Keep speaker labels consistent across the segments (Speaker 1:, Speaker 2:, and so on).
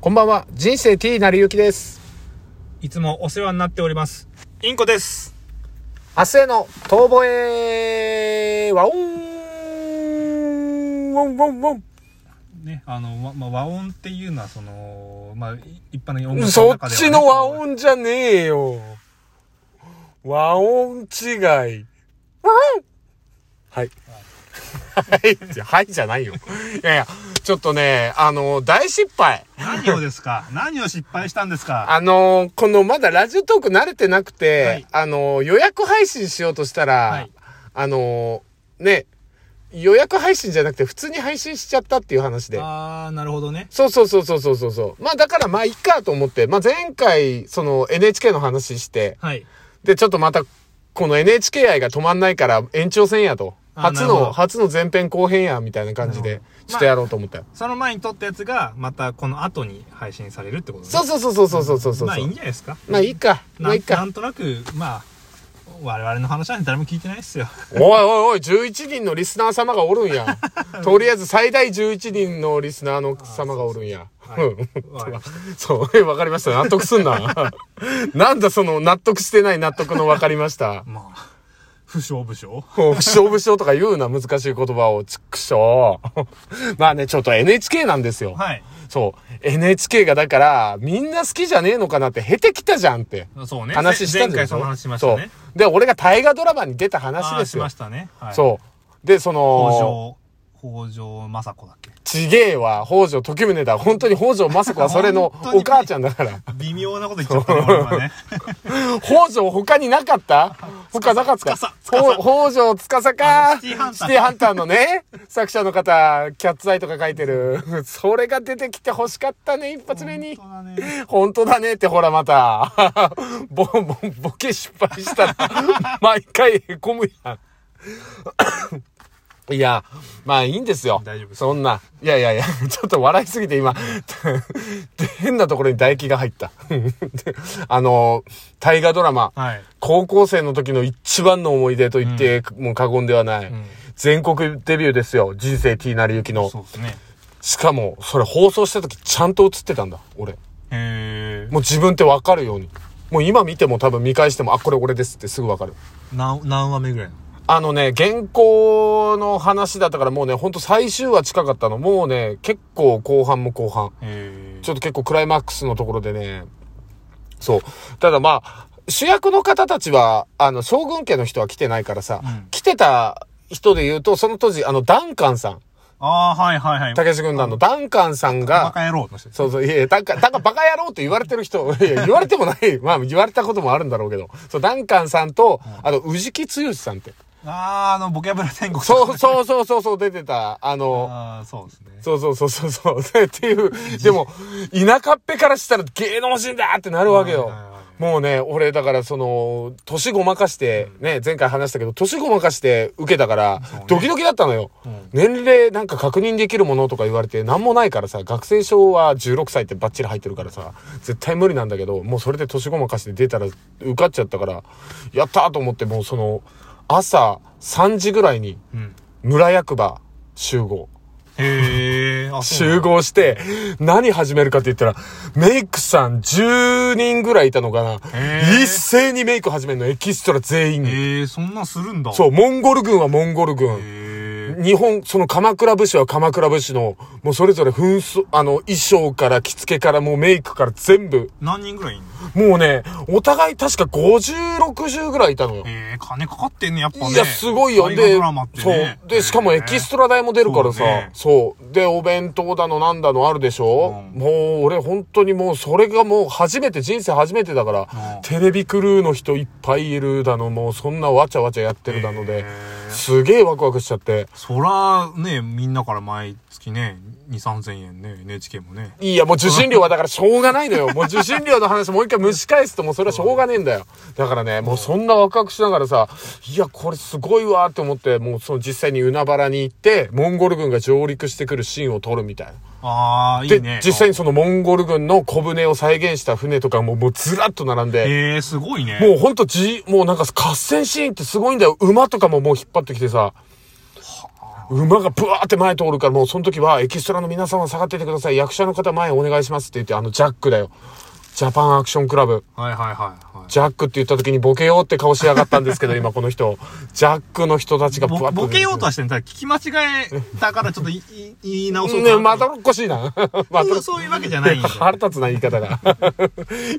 Speaker 1: こんばんは、人生 T なりゆきです。
Speaker 2: いつもお世話になっております。インコです。
Speaker 1: 明日への遠吠え、ワオーンワンワンワン
Speaker 2: ね、あの、ま、まあ、和音っていうのは、その、まあ、い一般の音楽の中ではね、
Speaker 1: そっちの和
Speaker 2: こ
Speaker 1: 音じゃねえよ。和音違い。ワン はい。はい。はいじゃないよ。いやいや、ちょっとね、あの、大失敗。
Speaker 2: う何をですか何を失敗したんですか
Speaker 1: あのこのまだラジオトーク慣れてなくて、
Speaker 2: はい
Speaker 1: あの予約配信しようとしたら、
Speaker 2: はい
Speaker 1: あのね、予約配信じゃなくて普通に配信しちゃったっていう話で。
Speaker 2: あー、なるほどね。
Speaker 1: そうそうそうそうそうそうそう。まあだからまあいっかと思って、まあ前回その NHK の話して、
Speaker 2: はい。
Speaker 1: でちょっとまたこの NHK 愛が止まんないから延長戦やと。
Speaker 2: あ
Speaker 1: 初
Speaker 2: なるほ
Speaker 1: の、
Speaker 2: ど
Speaker 1: 初の前編後編やみたいな感じ
Speaker 2: な
Speaker 1: で
Speaker 2: るほ、ど
Speaker 1: ちょっとやろうと思ったよ。
Speaker 2: その前に撮ったやつが、またこの後に配信されるってことね。
Speaker 1: そうそうそうそうそうそうそうそう。
Speaker 2: まあ、いいんじゃないですか。
Speaker 1: まあいいか。まあ
Speaker 2: なん
Speaker 1: いいか
Speaker 2: な。んとなく、まあ、我々の話なんて誰も聞いてないっ すよ。
Speaker 1: おいおいおい、11人のリスナー様がおるん や。とりあえず最大11人のリスナーの様がおるんや。
Speaker 2: はい。わかりました
Speaker 1: そう、わかりました。納得すんな。 なんだその納得してない納得のわかりました。
Speaker 2: まあ、不詳不詳。
Speaker 1: 不勝不勝とか言うな、難しい言葉を。ちっくしょう。 まあね、ちょっと NHK なんですよ。
Speaker 2: はい。
Speaker 1: そう。NHK がだから、みんな好きじゃねえのかなって、減ってきたじゃんって。
Speaker 2: そうね。
Speaker 1: 話したん
Speaker 2: 前
Speaker 1: ですよ
Speaker 2: 回その話しました
Speaker 1: そ
Speaker 2: ね。
Speaker 1: う。で、俺が大河ドラマに出た
Speaker 2: あ
Speaker 1: 話
Speaker 2: ー
Speaker 1: です
Speaker 2: し
Speaker 1: よ
Speaker 2: まし。たね。はい。
Speaker 1: そう。で、その、
Speaker 2: 北条、北条政子だっけ
Speaker 1: ちげえわ、北条時宗だ。本当に北条政子はそれの
Speaker 2: 本当に
Speaker 1: お母ちゃんだから。
Speaker 2: 微妙なこと言っちゃったね、俺はね。
Speaker 1: 北条他になかった他なかった
Speaker 2: 司司
Speaker 1: ほ北条司か
Speaker 2: あのシティハンター
Speaker 1: シティハンターのね、作者の方、キャッツアイとか書いてる。それが出てきて欲しかったね、一発目に。
Speaker 2: 本当だね。
Speaker 1: 本当だねってほらまた。 ぼ、ぼ、ボケ失敗したら、 毎回へこむやん。い や、まあいいんですよ。
Speaker 2: 大丈夫です
Speaker 1: そんな。いやいやいや、ちょっと笑いすぎて今、変なところに唾液が入った。あの、大河ドラマ、
Speaker 2: はい。
Speaker 1: 高校生の時の一番の思い出と言って、もう過言ではない、
Speaker 2: ん
Speaker 1: 全国デビューですよ。人生 T なりゆきの
Speaker 2: そ。うですね。
Speaker 1: しかも、それ放送した時ちゃんと映ってたんだ、俺。
Speaker 2: へ
Speaker 1: もう自分ってわかるように。もう今見ても多分見返しても、あ、これ俺ですってすぐわかる。
Speaker 2: え。何、何話目ぐらいの
Speaker 1: あのね、原稿の話だったからもうね、ほんと最終話近かったの。もうね、結構後半も後半。
Speaker 2: へえ
Speaker 1: ち。ょっと結構クライマックスのところでね。そう。ただまあ、主役の方たちは、あの、将軍家の人は来てないからさ、
Speaker 2: うん
Speaker 1: 来てた人で言うと、その当時、あの、ダンカンさん。
Speaker 2: ああ、はいはいはい。
Speaker 1: 武志軍団のダンカンさん
Speaker 2: バ
Speaker 1: が、
Speaker 2: カ野郎の人。
Speaker 1: そうそう、いやいや、だから、だからバカ野郎って言われてる人、 いや、言われてもない。まあ、言われたこともあるんだろうけど。そう、ダンカンさんと、あと、宇治木剛さんって。
Speaker 2: ああ、あの、ボキャブラ天国。
Speaker 1: そうそうそうそうそう、出てた。あの、
Speaker 2: ああ、そうですね。
Speaker 1: そうそうそうそうそう。 でっていう、でも、田舎っぺからしたら芸能人だってなるわけよ
Speaker 2: はいはいは。
Speaker 1: もうね、俺、だから、その、年ごまかして、ね、前回話したけど、年ごまかして受けたから
Speaker 2: そうね、
Speaker 1: ドキドキだったのよ
Speaker 2: うん。
Speaker 1: 年齢なんか確認できるものとか言われて、なんもないからさ、学生証は16歳ってバッチリ入ってるからさ、絶対無理なんだけど、もうそれで年ごまかして出たら受かっちゃったから、やったーと思って、もうその、朝3時ぐらいに、
Speaker 2: うん。
Speaker 1: 村役場集合。
Speaker 2: へえ。あ、そうな
Speaker 1: 集
Speaker 2: んだ。
Speaker 1: 合して、何始めるかって言ったら、メイクさん10人ぐらいいたのかな
Speaker 2: へ。ー
Speaker 1: 一斉にメイク始めるの、エキストラ全員に。
Speaker 2: へえ、そんなんするんだ。。
Speaker 1: そうう、モンゴル軍はモンゴル軍。
Speaker 2: へえ。
Speaker 1: 日本、その鎌倉武士は鎌倉武士の、もうそれぞれ紛争、あの、衣装から着付けからもうメイクから全部、
Speaker 2: 何人ぐらいいんの
Speaker 1: もうね、お互い確か50、60ぐらいいたのよ。
Speaker 2: へえ、金かかってんね、やっぱね。
Speaker 1: いや、すごいよ。
Speaker 2: 大河
Speaker 1: で
Speaker 2: ドラマっ、て
Speaker 1: そ
Speaker 2: ね。
Speaker 1: う。で、しかもエキス
Speaker 2: ト
Speaker 1: トラ代も出るからさ
Speaker 2: そうだね、
Speaker 1: そう。で、お弁当だのなんだのあるでしょ
Speaker 2: うん
Speaker 1: もう、俺本当にもう、それがもう初めて、人生初めてだから
Speaker 2: う、ん
Speaker 1: テレビクルーの人いっぱいいるだの、もうそんなわちゃわちゃやってるだので、すげえワクワクしちゃって。
Speaker 2: そら、ね、みんなから毎月ね、2、3千円ね、NHK もね。
Speaker 1: いや、もう受信料はだからしょうがないの よ。もう受信料の話もう一回蒸し返すともうそれはしょうがねえんだよ。だからね、もうそんなワクワクしながらさ、いや、これすごいわーって思って、もうその実際に海原に行って、モンゴル軍が上陸してくるシーンを撮るみたいな。
Speaker 2: ああ、い
Speaker 1: で、
Speaker 2: いね。
Speaker 1: 実際にそのモンゴル軍の小舟を再現した船とかももうずらっと並んで、
Speaker 2: ええすごいね。
Speaker 1: もうほんとじ、もうなんか合戦シーンってすごいんだよ。馬とかももう引っ張ってきてさ、馬がブワーって前通るから、もうその時はエキストラの皆さんは下がっててください。役者の方前お願いしますって言って、あのジャックだよ。ジャパンアクションクラブ。
Speaker 2: はいはいはいはい
Speaker 1: ジャックって言った時にボケようって顔しやがったんですけど、今この人。ジャックの人たちがブワ
Speaker 2: ぼ
Speaker 1: ッと
Speaker 2: ボケようとは
Speaker 1: し
Speaker 2: してんだ聞き間違えたからちょっとい い言い直
Speaker 1: て
Speaker 2: そ
Speaker 1: る。
Speaker 2: うか
Speaker 1: ね、
Speaker 2: な
Speaker 1: またおっこしいな。 また
Speaker 2: そうそういうわけじ ゃないんだよ
Speaker 1: 腹立つな言い方が。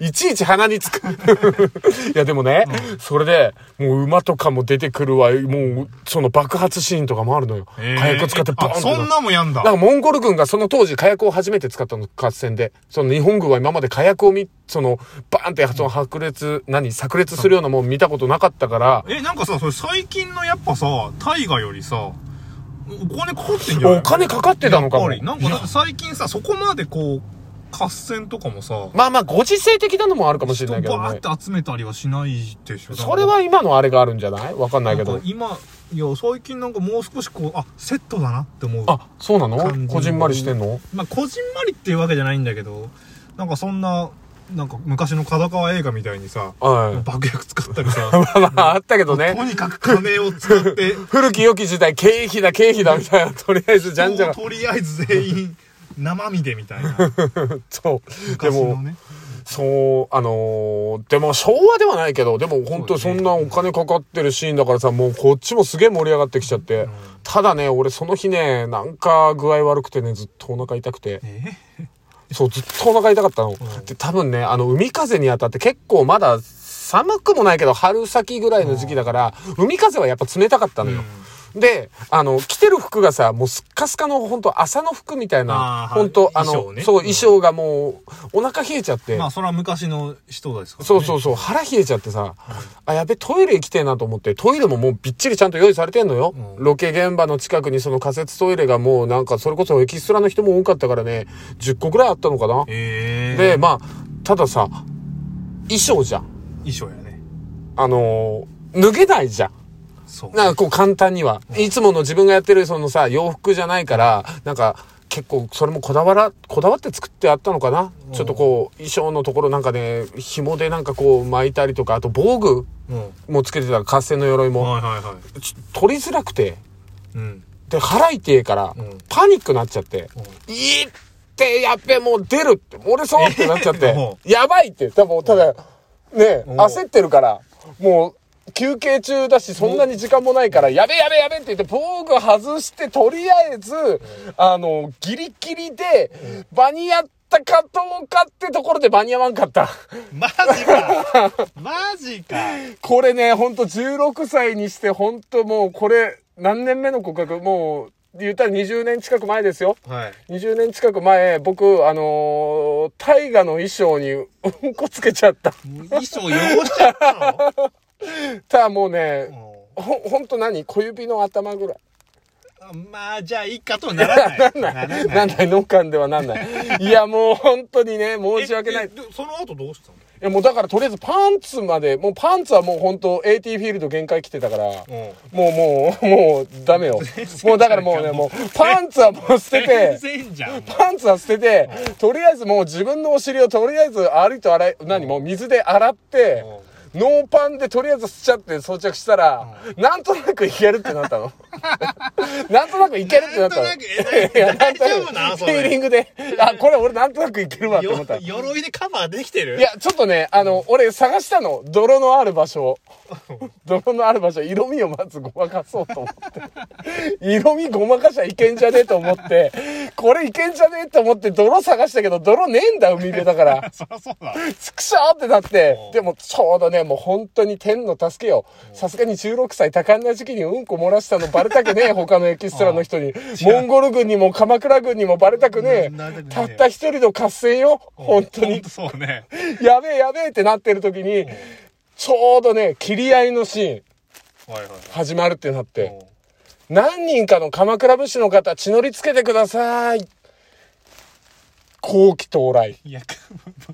Speaker 1: いちいち鼻につく。 いやでもね、それで、もう馬とかも出てくるわ。もう、その爆発シーンとかもあるのよ。
Speaker 2: えー
Speaker 1: 火薬使ってバーン
Speaker 2: あ
Speaker 1: と
Speaker 2: そんなもんやんだ
Speaker 1: なんかモンゴル軍がその当時火薬を初めて使ったの、合戦で。その日本軍は今まで火薬をみ、その、バーンって、その白熱、何、炸裂するようなもん見たことなかったから、
Speaker 2: えなんかさそれ最近のやっぱさ大河よりさお金かかってんじゃない
Speaker 1: お金かかってたのかも。
Speaker 2: やっぱりなんかだって最近さそこまでこう合戦とかもさ
Speaker 1: まあまあ、ご時世的なのもあるかもしれないけど
Speaker 2: バ
Speaker 1: ね。
Speaker 2: ーって集めたりはしないでしょ
Speaker 1: それは今のあれがあるんじゃないわかんな
Speaker 2: ないん
Speaker 1: け
Speaker 2: か
Speaker 1: ど。
Speaker 2: 今いや最近なんかもう少しこうあセットだなって思う
Speaker 1: あ、そうな
Speaker 2: 感じ
Speaker 1: の
Speaker 2: の
Speaker 1: こじんまりしてんの
Speaker 2: まあこじんまりっていうわけじゃないんだけどなんかそんななんか昔の角川映画みたいにさ
Speaker 1: はい。
Speaker 2: 爆薬使ったりさ
Speaker 1: ま あまあ、あったけどね
Speaker 2: と。にかく金を使って
Speaker 1: 古き良き時代、経費だ、経費だ、みたいな。 とりあえ ず、じゃんじゃん。
Speaker 2: とりあえず全員生身でみた いな
Speaker 1: そう。で
Speaker 2: 昔
Speaker 1: も
Speaker 2: の、ね
Speaker 1: そう、あのーでも昭和ではないけど、でも本当にそんなお金かかってるシーンだからさ、もうこっちもすげえ盛り上がってきちゃって。ただね、俺その日ね、なんか具合悪くてね、ずっとお腹痛くて。
Speaker 2: え
Speaker 1: そう、ずっとお腹痛かったの。で、多分ね、あの、海風に当たって結構まだ寒くもないけど、春先ぐらいの時期だから、海風はやっぱ冷たかったのよ。で、あの、着てる服がさ、もうすっかすかの、本当朝の服みたい
Speaker 2: あ
Speaker 1: な、
Speaker 2: ー
Speaker 1: 本当あ
Speaker 2: 衣
Speaker 1: の、
Speaker 2: 装ね
Speaker 1: そう、
Speaker 2: うん
Speaker 1: 衣装がもう、お腹冷えちゃって、
Speaker 2: まあそれは昔の人ですから、ね、
Speaker 1: そうそうそう、腹冷えちゃってさ、あ、やべ、トイレ行きてえなと思って、トイレももうびっちりちゃんと用意されてんのよ。
Speaker 2: うん
Speaker 1: ロケ現場の近くにその仮設トイレがもうなんか、それこそエキストラの人も多かったからね、10個ぐらいあったのかな。
Speaker 2: ええ
Speaker 1: で、まあ、たださ、衣装じゃん。
Speaker 2: 衣装やね
Speaker 1: あのー脱げないじゃん。
Speaker 2: そう
Speaker 1: なんかこう簡単には。いつもの自分がやってるそのさ、洋服じゃないから、なんか、結構それもこだわら、こだわって作ってあったのかなちょっとこう、衣装のところなんかね、紐でなんかこう巻いたりとか、あと防具
Speaker 2: うん
Speaker 1: もつけてたら合戦の鎧も、
Speaker 2: はいはいは
Speaker 1: ちょ取りづらくて、
Speaker 2: いうん
Speaker 1: で、払いてえから
Speaker 2: うん、
Speaker 1: パニックなっちゃって、いいって、やっべ、もう出るって、俺そうってなっちゃって
Speaker 2: お、
Speaker 1: やばいって、多分、ただ、ねえ、
Speaker 2: お
Speaker 1: 焦ってるから、もう、休憩中だし、そんなに時間もないから、やべやべやべって言って、防具外して、とりあえず、あの、ギリギリで、間に合ったかどうかってところで間に合わんかった。
Speaker 2: マジかマジか
Speaker 1: これね、ほんと16歳にして、ほんともう、これ、何年目の告白もう、言ったら20年近く前ですよ。
Speaker 2: はい
Speaker 1: 20年近く前、僕、あのー、大河の衣装に うんこつけちゃった。
Speaker 2: 衣装用意しちゃったの
Speaker 1: ただもうね、
Speaker 2: も
Speaker 1: ほ、ほんと何小指の頭ぐらい。
Speaker 2: うまあじゃあいいかとはならないならない
Speaker 1: なんない、農感ではなんない。いや、もう本当にね、申し訳ない。
Speaker 2: え
Speaker 1: い
Speaker 2: えでその後どうしたの
Speaker 1: や、もうだからとりあえずパンツまで、もうパンツはもう本当 AT フィールド限界来てたから、
Speaker 2: うん
Speaker 1: もうもう、もうダメよ。もうだからも うね、もうパンツはもう捨てて、
Speaker 2: 全然じゃん
Speaker 1: パンツは捨てて、とりあえずもう自分のお尻をとりあえずありと洗い、何もう水で洗って、ノーパンでとりあえずスチャって装着したら、なんとなくいけるってなった の。なんとなくいけるってなったの。
Speaker 2: なんとなくえ
Speaker 1: いやなんと
Speaker 2: 大丈夫
Speaker 1: な
Speaker 2: な
Speaker 1: くフ
Speaker 2: そ
Speaker 1: ィーリング
Speaker 2: れ
Speaker 1: で、あ、これ俺なんとなくいけるわって思った
Speaker 2: よ
Speaker 1: の。い
Speaker 2: 鎧でカバーできてる
Speaker 1: や、ちょっとね、あの、俺探したの。泥のある場所を。泥のある場所、色味をまずごまかそうと思って。色味ごまかしゃいけんじゃねえと思って、これいけんじゃねえと思って泥探したけど、泥ねえんだ、海辺だから。
Speaker 2: そりゃそうだ
Speaker 1: ちくしょーってなって
Speaker 2: う、ん
Speaker 1: でもちょうどね、もう本当に天の助けよ。さすがに16歳多感な時期にうんこ漏らしたのバレたく ねえ、他のエキストラの人に。モンゴル軍にも鎌倉軍にもバレたくねえ
Speaker 2: うんバレたくね。え
Speaker 1: たった一人の合戦よ。本当
Speaker 2: ほん
Speaker 1: に
Speaker 2: と。そうね
Speaker 1: やべえやべえってなってる時に、ちょうどね、切り合いのシーン
Speaker 2: はいはいは
Speaker 1: 始まるってなっ
Speaker 2: い
Speaker 1: て、何人かの鎌倉武士の方、血のりつけてください。後期到来。
Speaker 2: いや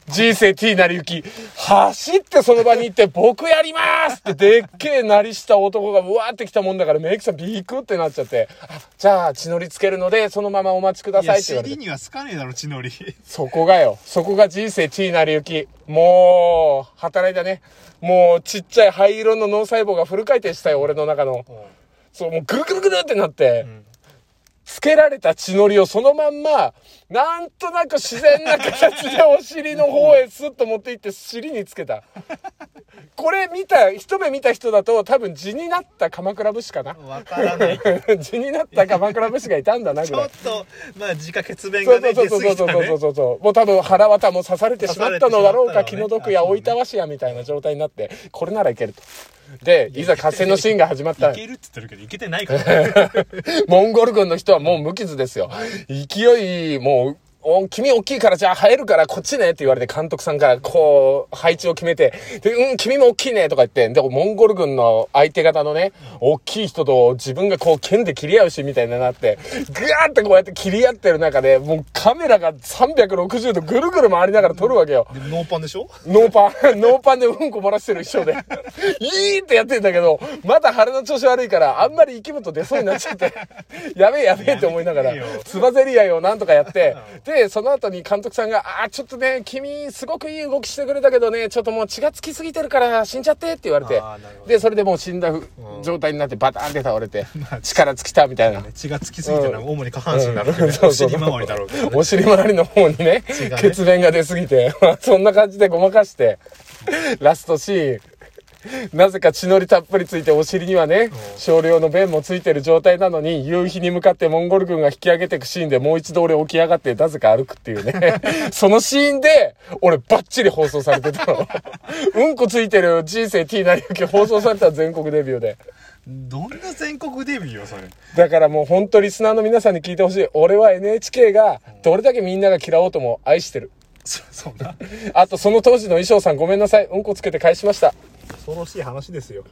Speaker 1: 人生 T なりゆき、走ってその場に行って、僕やりますって、でっけえなりした男がうわーって来たもんだから、メイクさんビクってなっちゃって、あじゃあ血のりつけるので、そのままお待ちくだ
Speaker 2: い
Speaker 1: さ
Speaker 2: や
Speaker 1: いって言われ
Speaker 2: 尻
Speaker 1: て。
Speaker 2: にはつかねえだろ血のり
Speaker 1: そこがよ。そこが人生 T なりゆき。もう、働いたね。もう、ちっちゃい灰色の脳細胞がフル回転したよ、俺の中の。そう、もうぐるぐるぐるってなって、つけられた血のりをそのまんま、なんとなく自然な形でお尻の方へスッと持っていって尻につけた。これ見た、一目見た人だと多分地になった鎌倉武士かな。
Speaker 2: わからない。 ち
Speaker 1: 地になった鎌倉武士がいたんだな、ぐ
Speaker 2: ょ
Speaker 1: ら
Speaker 2: っ
Speaker 1: い。
Speaker 2: と、まあ、自家血便
Speaker 1: そう
Speaker 2: が
Speaker 1: そ
Speaker 2: ね、
Speaker 1: うそう
Speaker 2: 出
Speaker 1: そうそう
Speaker 2: 過ぎ
Speaker 1: そ
Speaker 2: た
Speaker 1: うそう
Speaker 2: ね。
Speaker 1: そうもう多分腹渡も刺されてしまったのだろうか、
Speaker 2: 刺され
Speaker 1: 気
Speaker 2: てしま
Speaker 1: の
Speaker 2: ったのだろうね
Speaker 1: 毒や老いたわしやみたいな状態になって、これならいけると。で、いざ合戦のシーンが始まった
Speaker 2: いけるって言ってるけど、いけてないから。
Speaker 1: モンゴル軍の人はもう無傷ですよ。勢い、もう、お君大きいからじゃあ入るからこっちねって言われて監督さんからこう配置を決めて、で、うん、君も大きいねとか言って、でもモンゴル軍の相手方のね、大きい人と自分がこう剣で切り合うしみたいになって、ぐわーってこうやって切り合ってる中で、もうカメラが360度ぐるぐる回りながら撮るわけよ。
Speaker 2: でノーパンでしょ
Speaker 1: ノーパン、ノーパンでうんこ漏らしてる一緒で、いいってやってんだけど、まだ腹の調子悪いから、あんまり息むと出そうになっちゃって、 やべえやべえって思いながら
Speaker 2: やめてよ、
Speaker 1: つばぜり合いをなんとかやって、で、その後に監督さんが、あーちょっとね、君、すごくいい動きしてくれたけどね、ちょっともう血がつきすぎてるから死んじゃってって言われて
Speaker 2: あーなるほ、ど
Speaker 1: で、それでもう死んだふ状態になってバタンって倒 れて、力尽きたみたいな。
Speaker 2: 血がつきすぎたら主に下半身だろうけど、
Speaker 1: そう
Speaker 2: お
Speaker 1: そう
Speaker 2: 尻周りだろうけどね。
Speaker 1: お尻周りの方にね、
Speaker 2: 血がね
Speaker 1: 血便が出すぎて、 まあそんな感じでごまかして、ラストシーン、なぜか血のりたっぷりついてお尻にはね、少量の便もついてる状態なのに、夕日に向かってモンゴル軍が引き上げていくシーンでもう一度俺起き上がって、なぜか歩くっていうね、 そのシーンで、俺バッチリ放送されてたの。 うんこついてる人生 T なりゆき放送された全国デビューで。
Speaker 2: どんな全国デビューよ、それ。
Speaker 1: だからもう本当リスナーの皆さんに聞いてほしい。俺は NHK がどれだけみんなが嫌おうとも愛してる。
Speaker 2: そ そうな。
Speaker 1: あとその当時の衣装さんごめんなさい。うんこつけて返しました。
Speaker 2: 恐ろしい話ですよ。